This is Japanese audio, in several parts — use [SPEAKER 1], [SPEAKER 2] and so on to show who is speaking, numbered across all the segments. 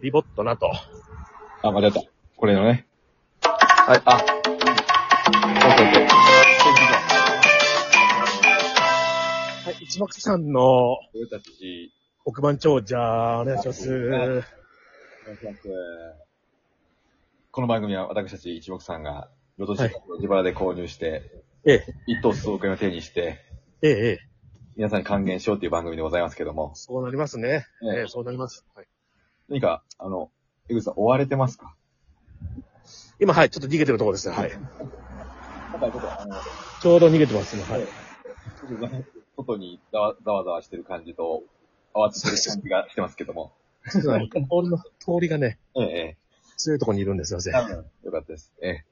[SPEAKER 1] ビボッとなと。
[SPEAKER 2] あ、間違った。これのね。はい、あ。オッケーオッケー
[SPEAKER 1] はい、一目さんの
[SPEAKER 2] 俺たち、
[SPEAKER 1] 億万長者、お願いします。
[SPEAKER 2] はいお願いします。この番組は私たち一目さんが、ロトシップを自腹で購入して、
[SPEAKER 1] ええ、
[SPEAKER 2] 一等数億円を手にして、
[SPEAKER 1] ええ、ええ、
[SPEAKER 2] 皆さんに還元しようという番組でございますけども、
[SPEAKER 1] そうなりますね。
[SPEAKER 2] ええ
[SPEAKER 1] ええ、そうなります。はい、
[SPEAKER 2] 何か、あの、江口さん、追われてますか
[SPEAKER 1] 今、はい、ちょっと逃げてるところですね。はい。
[SPEAKER 2] なんかちょっと、あの、
[SPEAKER 1] ちょうど逃げてますね。はい。
[SPEAKER 2] 外にざわざわざわしてる感じと、慌ててる感じがしてますけども。
[SPEAKER 1] ちょっとね通りの、通りがね、
[SPEAKER 2] ええ、
[SPEAKER 1] 強いところにいるんですよ、すい
[SPEAKER 2] え
[SPEAKER 1] ません
[SPEAKER 2] え。よかったです。ええ。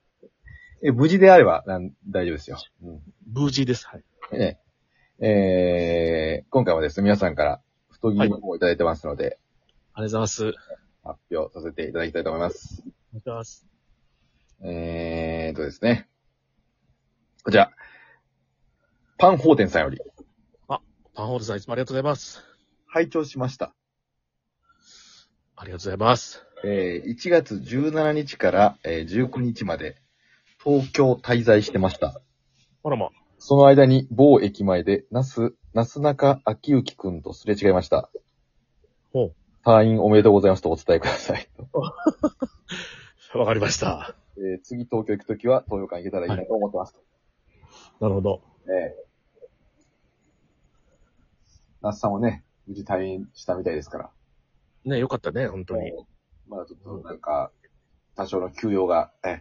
[SPEAKER 2] え無事であればなん大丈夫ですよ。うん。
[SPEAKER 1] 無事です。はい。
[SPEAKER 2] ええ。ええ今回はですね、皆さんから太着の方をいただいてますので、
[SPEAKER 1] ありがとうございます。
[SPEAKER 2] 発表させていただきたいと思います。
[SPEAKER 1] お願いします。
[SPEAKER 2] ええとですね。こちら。パン法店さんより、
[SPEAKER 1] パンホールさん、いつもありがとうございます。
[SPEAKER 2] 拝聴しました。
[SPEAKER 1] ありがとうございます。
[SPEAKER 2] えー1月17日から、えー19日まで東京滞在してました。
[SPEAKER 1] あらま。
[SPEAKER 2] その間に某駅前で、那須、那須中昭之くんとすれ違いました。
[SPEAKER 1] ほう。
[SPEAKER 2] 退院おめでとうございますとお伝えください。
[SPEAKER 1] わかりました。
[SPEAKER 2] えー次東京行くときは東洋館行けたらいいなと思ってます。
[SPEAKER 1] なるほど。
[SPEAKER 2] ええ那須さんもね、無事退院したみたいですから。
[SPEAKER 1] ね、よかったね、本当に。
[SPEAKER 2] もうまだちょっとなんか、多少の休養が、ええ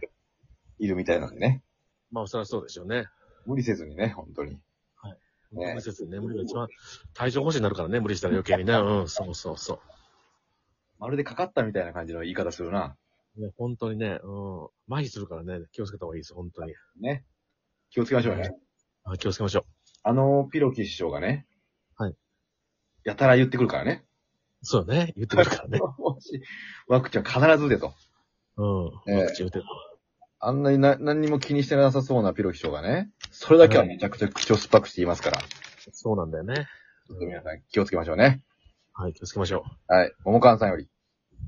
[SPEAKER 2] いるみたいなんでね。
[SPEAKER 1] まあ、そりゃそうですよね。
[SPEAKER 2] 無理せずにね、本当に。ね
[SPEAKER 1] 無節に眠りが一番、体調保持になるからね、無理したら余計にね。うん、そうそうそ
[SPEAKER 2] まるでかかったみたいな感じの言い方するな。
[SPEAKER 1] う。ね、本当にね、うん。麻痺するからね、気をつけた方がいいです、本当に。
[SPEAKER 2] ね。気をつけましょうね。
[SPEAKER 1] あ気をつけましょう。
[SPEAKER 2] あの、ピロキ師匠がね。
[SPEAKER 1] はい。
[SPEAKER 2] やたら言ってくるからね。
[SPEAKER 1] そうね、言ってくるからね。
[SPEAKER 2] もしワクチンは必ずでと。
[SPEAKER 1] うん。
[SPEAKER 2] ええ
[SPEAKER 1] ワクチン打てる。
[SPEAKER 2] あんなにな何にも気にしてなさそうなピロキ師匠がね。それだけはめちゃくちゃ口を酸っぱくして言いますから。ち
[SPEAKER 1] そうなんだよね。
[SPEAKER 2] ょっと皆さん気をつけましょうね。
[SPEAKER 1] はい、気をつけましょ
[SPEAKER 2] はい。桃川さんより、
[SPEAKER 1] う。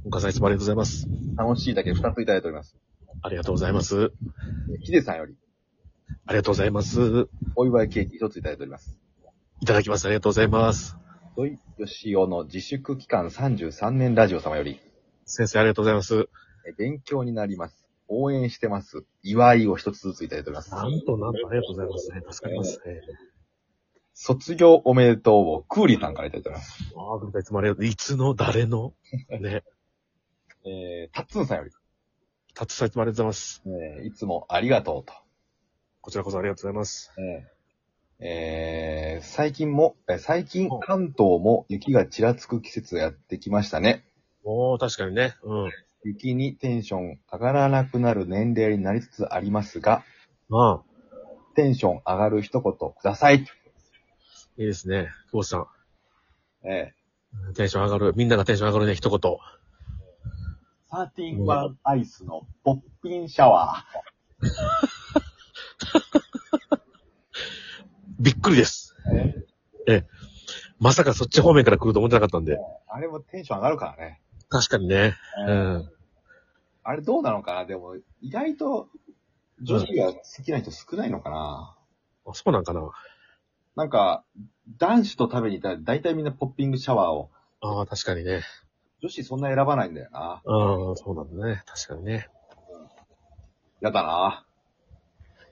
[SPEAKER 1] お母さんいつもありがとうございます。
[SPEAKER 2] 楽しいだけ2ついただいております。
[SPEAKER 1] ありがとうございます。
[SPEAKER 2] ヒデさんより、
[SPEAKER 1] ありがとうございます。
[SPEAKER 2] お祝いケーキ1ついただいております。
[SPEAKER 1] いただきます。ありがとうございます。
[SPEAKER 2] 土井義雄の自粛期間33年ラジオ様より、
[SPEAKER 1] 先生、ありがとうございます。
[SPEAKER 2] え勉強になります。応援してます。祝いを一つずついただいております。
[SPEAKER 1] なんとなんとありがとうございます。ね助かります。ええ
[SPEAKER 2] 卒業おめでとうをクーリーさんからいただいております。
[SPEAKER 1] ああ、ごめんなさいいつもありがとう。いつの、誰の、ね。
[SPEAKER 2] えー、タッツンさんより、
[SPEAKER 1] たつさんいつもありがとうございます。
[SPEAKER 2] えー、いつもありがとうと。
[SPEAKER 1] こちらこそありがとうございます。
[SPEAKER 2] えーえー最近も、えー最近関東も雪がちらつく季節がやってきましたね。
[SPEAKER 1] おー、確かにね。うん。
[SPEAKER 2] 雪にテンション上がらなくなる年齢になりつつありますが、
[SPEAKER 1] まあ、
[SPEAKER 2] テンション上がる一言ください。
[SPEAKER 1] いいですね。久保さん。
[SPEAKER 2] え
[SPEAKER 1] テンション上がる。みんながテンション上がるね、一言。
[SPEAKER 2] ー、サーティワンアイスのポッピンシャワ
[SPEAKER 1] びっくりです。
[SPEAKER 2] ー。えー
[SPEAKER 1] まさかそっち方面から来ると思ってなかったんで。
[SPEAKER 2] あれもテンション上がるからね。
[SPEAKER 1] 確かにね。
[SPEAKER 2] え
[SPEAKER 1] う
[SPEAKER 2] ー
[SPEAKER 1] ん。
[SPEAKER 2] あれどうなのかなでも、意外と、女子が好きな人少ないのかな、
[SPEAKER 1] あそうなんかな。
[SPEAKER 2] なんか、男子と食べに行ったら大体みんなポッピングシャワーを、
[SPEAKER 1] ああ、確かにね。
[SPEAKER 2] 女子そんな選ばないんだよ
[SPEAKER 1] ああ、
[SPEAKER 2] な。
[SPEAKER 1] そうなんだね。確かにね。
[SPEAKER 2] やだな。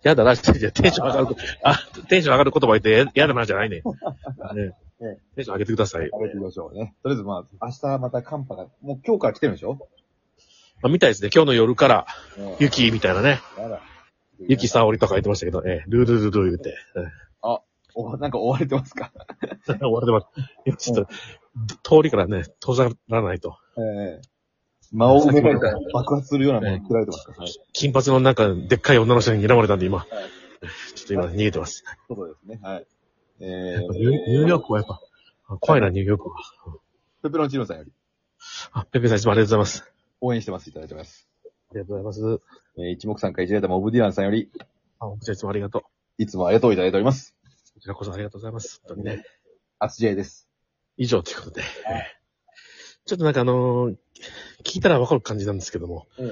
[SPEAKER 1] やだな、テンション上がる、あ、テンション上がる言葉言ってややだなじゃないね。ね
[SPEAKER 2] え
[SPEAKER 1] テンション上げてください。
[SPEAKER 2] 食べてみましょうね。とりあえずまあ、明日また寒波が、もう今日から来てるんでしょ
[SPEAKER 1] まあ、みたいですね。今日の夜から、
[SPEAKER 2] うん
[SPEAKER 1] 雪みたいなね。
[SPEAKER 2] やだ。
[SPEAKER 1] 雪。沙織とか言ってましたけど、ええ、ルールルルル言って。うん
[SPEAKER 2] お、なんか追われてますか
[SPEAKER 1] 終われてます。いや、ちょっと、通りからね、遠ざからないと。
[SPEAKER 2] ええ間を埋められたら爆発するようなものに食られてますから、はい。
[SPEAKER 1] 金髪のなんか、でっかい女の人に睨まれたんで、今。ちょっと今、逃げてます。
[SPEAKER 2] そうですね。はい。え
[SPEAKER 1] ニューニューヨー
[SPEAKER 2] ク。
[SPEAKER 1] クはやっぱ、あ怖いな、ニューヨークは。
[SPEAKER 2] ペペロンチーノさんより、
[SPEAKER 1] あ、ペペさんいつもありがとうございます。
[SPEAKER 2] 応援してます。いただいてます。
[SPEAKER 1] ありがとうございます。
[SPEAKER 2] えー、一目散会いじられたモブディランさんより、
[SPEAKER 1] あ、おちゃいつもありがとう。こ
[SPEAKER 2] いつもありがとういただいております。
[SPEAKER 1] ちらこそありがとうございます。本当にね。
[SPEAKER 2] アスジェイです。
[SPEAKER 1] 以上ということで。ちょっとなんかあのー聞いたらわかる感じなんですけども、
[SPEAKER 2] ええ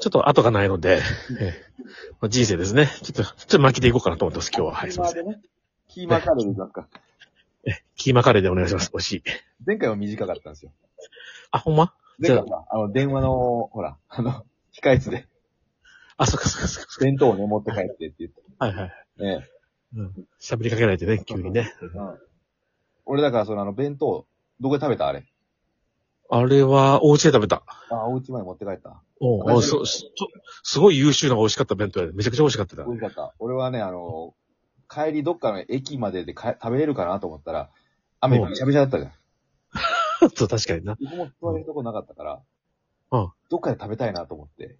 [SPEAKER 1] ちょっと後がないので、ええ まあ人生ですね。ちょっと、ちょっと巻きでいこうかなと思ってます、今日は。はい、す
[SPEAKER 2] キ
[SPEAKER 1] い
[SPEAKER 2] ー
[SPEAKER 1] ま
[SPEAKER 2] マ
[SPEAKER 1] せん。
[SPEAKER 2] でね。キーマカレーでなんか。
[SPEAKER 1] キーマカレーでお願いします、惜しい。
[SPEAKER 2] 前回は短かったんですよ。
[SPEAKER 1] あ、ほんまじ
[SPEAKER 2] 前
[SPEAKER 1] ゃあ
[SPEAKER 2] 回は、あの、電話の、ほら、あの、控室で、
[SPEAKER 1] あ、そっかそっかそっか。
[SPEAKER 2] 弁当をね、持って帰ってって言って。
[SPEAKER 1] はいはい。
[SPEAKER 2] ね
[SPEAKER 1] うん喋りかけられてね、急にね。
[SPEAKER 2] えうん俺だから、その、あの、弁当、どこで食べたあれ。
[SPEAKER 1] あれは、お家で食べた。
[SPEAKER 2] あ、お家まで持って帰った。
[SPEAKER 1] お
[SPEAKER 2] あ
[SPEAKER 1] うそそすごい優秀な美味しかった弁当やで。めちゃくちゃ美味しかっただ
[SPEAKER 2] 美。味しかった。俺はね、あの、帰りどっかの駅まででか食べれるかなと思ったら、雨びちゃびちゃだったじゃん。
[SPEAKER 1] そう、確かにな。
[SPEAKER 2] 僕も座れるとこなかったから、
[SPEAKER 1] うん
[SPEAKER 2] どっかで食べたいなと思って。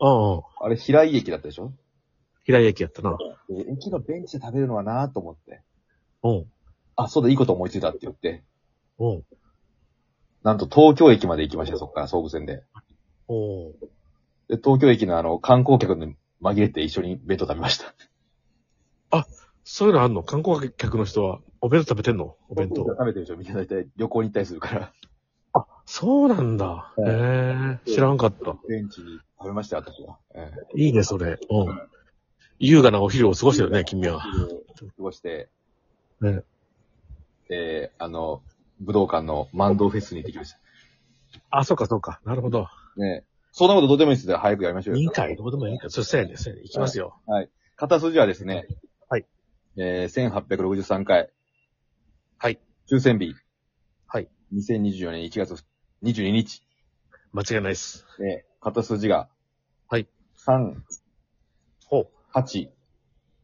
[SPEAKER 1] うんうん。
[SPEAKER 2] あれ、平井駅だったでしょ
[SPEAKER 1] 平井駅やったな。
[SPEAKER 2] で駅のベンチで食べるのはなと思って。
[SPEAKER 1] うん。
[SPEAKER 2] あ、そうだ、いいこと思いついたって言って。
[SPEAKER 1] うん。
[SPEAKER 2] なんと東京駅まで行きましたよ、そっから、総武線で。
[SPEAKER 1] おう
[SPEAKER 2] で、東京駅のあの、観光客に紛れて一緒に弁当食べま した。
[SPEAKER 1] そういうのあんの観光客の人は、お弁当食べてんのお弁
[SPEAKER 2] 東京駅は
[SPEAKER 1] 当。
[SPEAKER 2] 食べてるでしょみんな大体旅行に行ったりするから。
[SPEAKER 1] そうなんだ。へ
[SPEAKER 2] ええ
[SPEAKER 1] え知らんかった。
[SPEAKER 2] ベンチに食べましたよ、私は。ええ
[SPEAKER 1] いいね、それ。うん。優雅なお昼を過ごしてるね、君は。
[SPEAKER 2] 過ごして、
[SPEAKER 1] ね
[SPEAKER 2] えー、あの、武道館の万道フェスに行ってきました。
[SPEAKER 1] あ、そうか、そうか。なるほど。
[SPEAKER 2] ねそんなことどうでもいいですよ。早くやりましょう
[SPEAKER 1] いい
[SPEAKER 2] よ。
[SPEAKER 1] かい、どうでもいいかい。そしたらね、そうやね。いきますよ。
[SPEAKER 2] 片筋はですね、
[SPEAKER 1] はい。
[SPEAKER 2] えー、1863回。
[SPEAKER 1] はい。
[SPEAKER 2] 抽選日。
[SPEAKER 1] はい。
[SPEAKER 2] 2024年1月22日。
[SPEAKER 1] 間違いないです。
[SPEAKER 2] えー、片筋が。
[SPEAKER 1] はい。
[SPEAKER 2] 3、
[SPEAKER 1] ほう。
[SPEAKER 2] 8、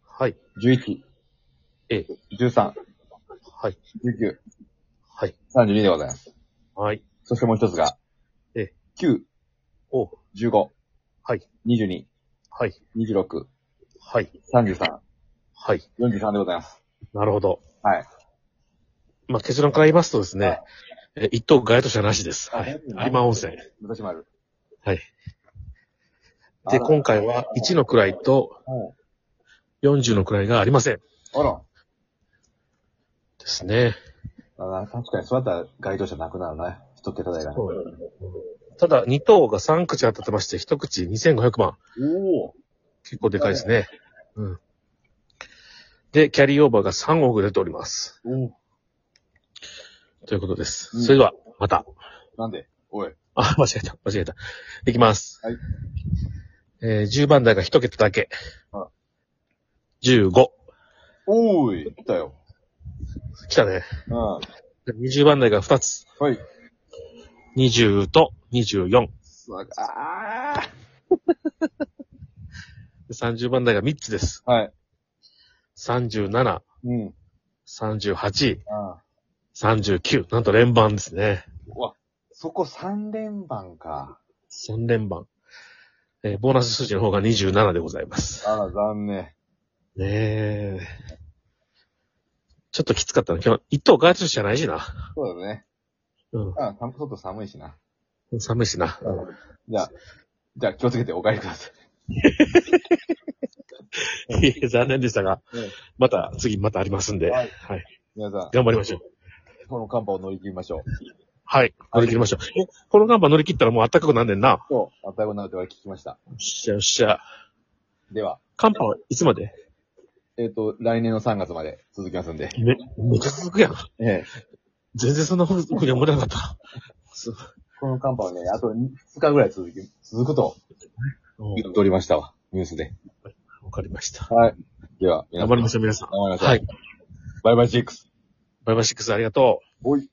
[SPEAKER 1] はい。
[SPEAKER 2] 11。
[SPEAKER 1] え
[SPEAKER 2] 13、
[SPEAKER 1] はい。
[SPEAKER 2] 19、
[SPEAKER 1] はい。
[SPEAKER 2] 32でございます。
[SPEAKER 1] はい。
[SPEAKER 2] そしてもう一つが。
[SPEAKER 1] え
[SPEAKER 2] 9、
[SPEAKER 1] おう
[SPEAKER 2] 15、
[SPEAKER 1] はい。
[SPEAKER 2] 22、
[SPEAKER 1] はい。
[SPEAKER 2] 26、
[SPEAKER 1] はい。
[SPEAKER 2] 33、
[SPEAKER 1] はい。
[SPEAKER 2] 43でございます。
[SPEAKER 1] なるほど。
[SPEAKER 2] はい。
[SPEAKER 1] まあ、結論から言いますとです
[SPEAKER 2] は
[SPEAKER 1] ね
[SPEAKER 2] い、
[SPEAKER 1] え一等該当者なしです。は
[SPEAKER 2] あ
[SPEAKER 1] い。
[SPEAKER 2] 有馬
[SPEAKER 1] 有馬温泉。
[SPEAKER 2] 昔もある。
[SPEAKER 1] はい。
[SPEAKER 2] あ
[SPEAKER 1] で、
[SPEAKER 2] ら
[SPEAKER 1] 今回は1の位と
[SPEAKER 2] うん
[SPEAKER 1] 40の位がありません。
[SPEAKER 2] あら。
[SPEAKER 1] ですね。
[SPEAKER 2] あー確かに、そうやったら該当者なくなるね。一桁台がね。
[SPEAKER 1] ただ、2等が3口当たってまして、1口2500万。
[SPEAKER 2] おお。
[SPEAKER 1] 結構でかいですね。うん。で、キャリーオーバーが3億出ております。
[SPEAKER 2] おお。
[SPEAKER 1] ということです。
[SPEAKER 2] うん
[SPEAKER 1] それでは、また。
[SPEAKER 2] なんでおい。
[SPEAKER 1] あ、 間違えた、間違えた。いきます。
[SPEAKER 2] はい。
[SPEAKER 1] えー、10番台が1桁だけ
[SPEAKER 2] あら。
[SPEAKER 1] 15。
[SPEAKER 2] おーい。来たよ。
[SPEAKER 1] 来たね。
[SPEAKER 2] うん。は
[SPEAKER 1] 20番台が2つ。
[SPEAKER 2] い。
[SPEAKER 1] 20と24。
[SPEAKER 2] あ
[SPEAKER 1] 30番台が3つです。
[SPEAKER 2] あ。はい。
[SPEAKER 1] 37、
[SPEAKER 2] うん。
[SPEAKER 1] 38、
[SPEAKER 2] ああ。
[SPEAKER 1] 39。なんと連番ですね。
[SPEAKER 2] そこ三連番か。
[SPEAKER 1] 3連番。えーボーナス数字の方が27でございます。
[SPEAKER 2] あら、残念。
[SPEAKER 1] ねえ。ちょっときつかったな。今日、一等外出じゃないしな。
[SPEAKER 2] そうだね。
[SPEAKER 1] うん。
[SPEAKER 2] あ、寒外寒いしな。
[SPEAKER 1] 寒いしな。うん
[SPEAKER 2] じゃあ、じゃあ気をつけてお帰りください。
[SPEAKER 1] いや残念でしたが
[SPEAKER 2] うん、
[SPEAKER 1] また、次またありますんで、
[SPEAKER 2] は
[SPEAKER 1] はいい。
[SPEAKER 2] 皆さん、
[SPEAKER 1] 頑張りましょう。
[SPEAKER 2] この寒波を乗り切りましょう。
[SPEAKER 1] はい。乗り切りましょう。えこの看板乗り切ったらもう暖かくなんねんな。
[SPEAKER 2] そう。あったようなるとは聞きました。
[SPEAKER 1] よっしゃよっしゃ。
[SPEAKER 2] では、
[SPEAKER 1] 寒波はいつまで
[SPEAKER 2] えっ、と、来年の3月まで続きますんで。
[SPEAKER 1] め、めっちゃ続くやん。
[SPEAKER 2] ええ。
[SPEAKER 1] 全然そんなふうに思えなかった。そう
[SPEAKER 2] この寒波はね、あと2日ぐらい続き、続くと
[SPEAKER 1] うん
[SPEAKER 2] 言っておりましたわ。ニュースで。
[SPEAKER 1] わかりました。
[SPEAKER 2] はい。では、
[SPEAKER 1] 頑
[SPEAKER 2] 皆さん
[SPEAKER 1] 張りましょう、皆さん。
[SPEAKER 2] 頑張りましょう。
[SPEAKER 1] はい。
[SPEAKER 2] バイバイチックス。
[SPEAKER 1] バイバイシックスありがとう。
[SPEAKER 2] おい。